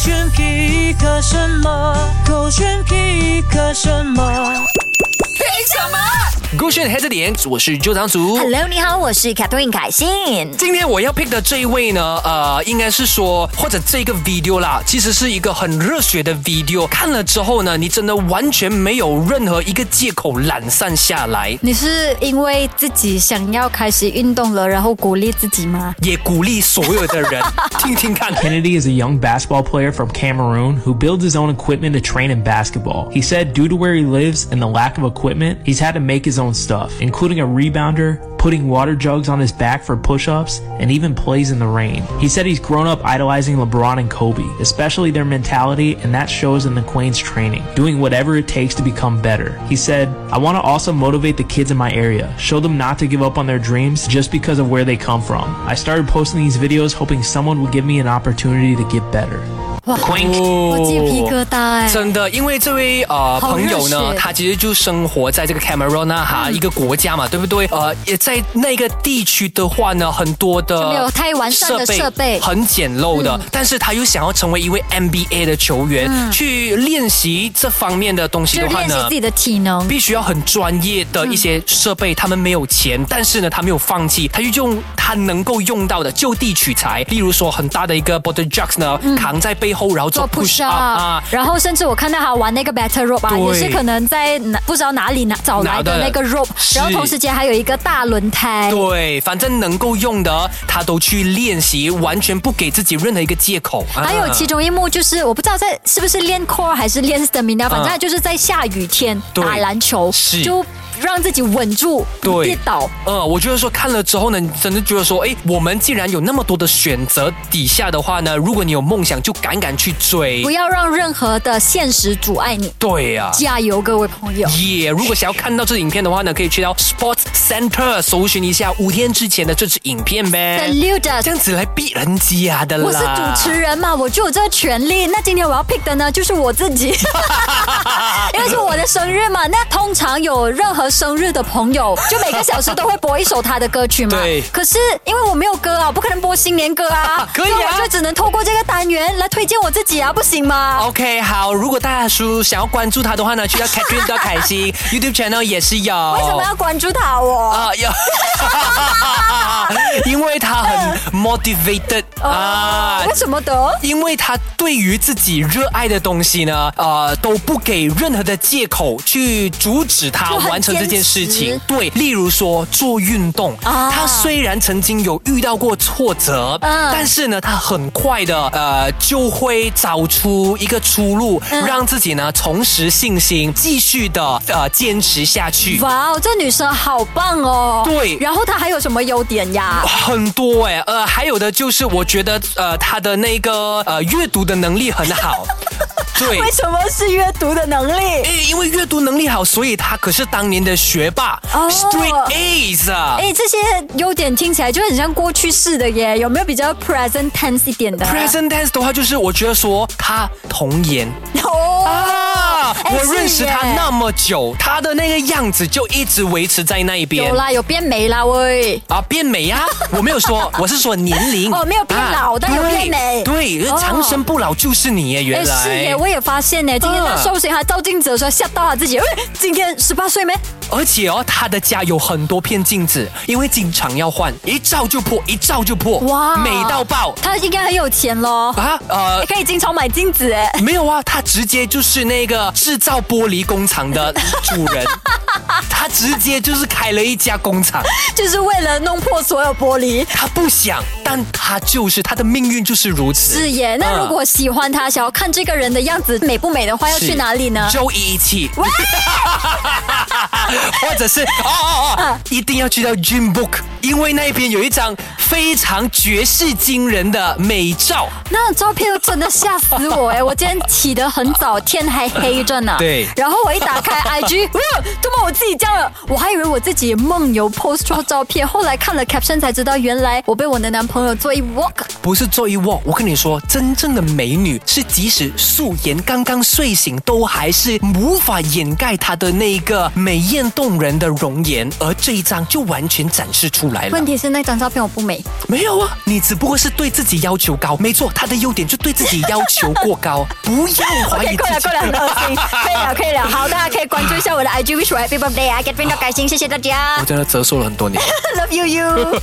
选皮克什么？狗选皮克什么？勾选黑着点，我是周长祖。 Hello，你好，我是 Catherine 凯欣。今天我要 pick 的这一位呢，呃，应该是说或者这个 video 啦，其实是一个很热血的 video。看了之后呢，你真的完全没有任何一个借口懒散下来，你是因为自己想要开始运动了，然后鼓励自己吗？也鼓励所有的 人听听看。 Kennedy is a young basketball player from Cameroon who builds his own equipment to train in basketball. He said, due to where he lives and the lack of equipment, he's had to make his own stuff, including a rebounder, putting water jugs on his back for push ups, and even plays in the rain. He said he's grown up idolizing LeBron and Kobe, especially their mentality, and that shows in the Queen's training, doing whatever it takes to become better. He said, I want to also motivate the kids in my area, show them not to give up on their dreams just because of where they come from. I started posting these videos hoping someone would give me an opportunity to get better. 哇，我鸡哦皮疙瘩哎、真的，因为这位呃好嗯朋热友呢，血他其实就生活在这个 Cameroon 啊哈、一个国家嘛，对不对？呃，也在那个地区的话呢，很多的没有太完善的设备嗯很简陋的、但是他又想要成为一位 NBA 的球员，去练习这方面的东西就的话嗯练习呢自。己的体能。必须要很专业的一些设备，他们没有钱，但是呢，他没有放弃，他就用他能够用到的就地取材，例如说很大的一个 bottle jacks 呢，扛在背后，然后做嗯做 push push up 啊 up，，然后甚至我看到他玩那个 battle rope 啊，对也是可能在哪不知道哪里拿找来的拿的那个 rope，是然后同时间还有一个大轮胎。对，反正能够用的，他都去练习，完全不给自己任何一个借口。啊还有其中一幕就是，我不知道在是不是练 core 还是练 stamina，反正他就是在下雨天啊对打篮球是，就让自己稳住，不对跌倒。呃，我觉得说看了之后呢，你真的觉得说，哎，我们既然有那么多的选择底下的话呢，如果你有梦想，就敢敢去追不。要让任何的现实阻碍你。对呀、加油，各位朋友！也、如果想要看到这影片的话呢，可以去到 Sports Center 搜寻一下五天之前的这支影片呗。这 Saluda，样子来逼人家的啦。我是主持人嘛，我就有这个权利。那今天我要 pick 的呢，就是我自己， 因为是我的生日嘛。那通常有任何生日的朋友，就每个小时都会播一首他的歌曲嘛。对，可是因为我没有歌啊，我不可能播新年歌啊 可以啊所我就只能透过这个单元来推荐我自己啊，不行吗？ OK，好，如果大家叔想要关注他的话呢，去到 Catherine 的凯欣 YouTube channel 也是有。为什么要关注他哦我？啊呀， 因为他很嗯 motivated 哦啊。为什么的？因为他对于自己热爱的东西呢，呃，都不给任何的借口去阻止他就很完成这件事情坚持。对，例如说做运动，啊他虽然曾经有遇到过挫折，嗯但是呢，他很快的呃就会找出一个出路，嗯让自己呢重拾信心，继续的呃坚持下去。哇哦，这女生好棒哦！对哦然后她还有什么优点呀？很多哎、呃，还有的就是我觉得呃，他的那个呃阅读的能力很 好，对。为什么是阅读的能力？诶因为阅读能力好，所以他可是当年的学霸、哦 s t r a i g h t A's 啊。哎，这些优点听起来就很像过去式的耶，有没有比较 present tense 一点的啊 Present tense 的话，就是我觉得说他童颜 哦啊，哎我认识他是耶那么久，他的那个样子就一直维持在那一边有啦，有变美啦喂。啊，变美 啊，我没有说，我是说年龄哦没有变老但有对变美对，哦长生不老就是你耶，哎，原来是耶，我也发现呢。今天他嗯搜寻他照镜子的时候，吓到他自己。喂，今天十八岁没？而且哦，他的家有很多片镜子，因为经常要换，一照就破，一照就破，哇美到爆他应该很有钱咯，啊！呃，可以经常买镜子哎。没有啊，他直接就是那个制造玻璃工厂的主人，他直接就是开了一家工厂， 就是为了弄破所有玻璃。他不想，但他就是他的命运就是如此。是耶，啊那如果喜欢他，想要看这个人的样子美不美的话，要去哪里呢？周一一七， 或者是哦哦嗯哦，一定要去到 Dream Book，因为那边有一张非常绝世惊人的美照。那照片真的吓死我哎！我今天起得很早，天还黑着呢。对然后我一打开 IG，哇，怎么我自己这样了？我还以为我自己梦游 post 出照片，后来看了 caption 才知道，原来我被我的男朋友做一 walk。不是做一卧，我跟你说，真正的美女是即使素颜刚刚睡醒，都还是无法掩盖她的那一个美艳动人的容颜，而这一张就完全展示出来了问。题是那张照片我不美，没有啊，你只不过是对自己要求高。没错，他的优点就对自己要求过高，不要怀 OK，疑够自了己够。了，很恶心，可以了可以了。好，大家可以关注一下我的 IG wish for happy birthday 啊，get 变到开心，谢谢大家我真的折寿了很多年。 ，love you you。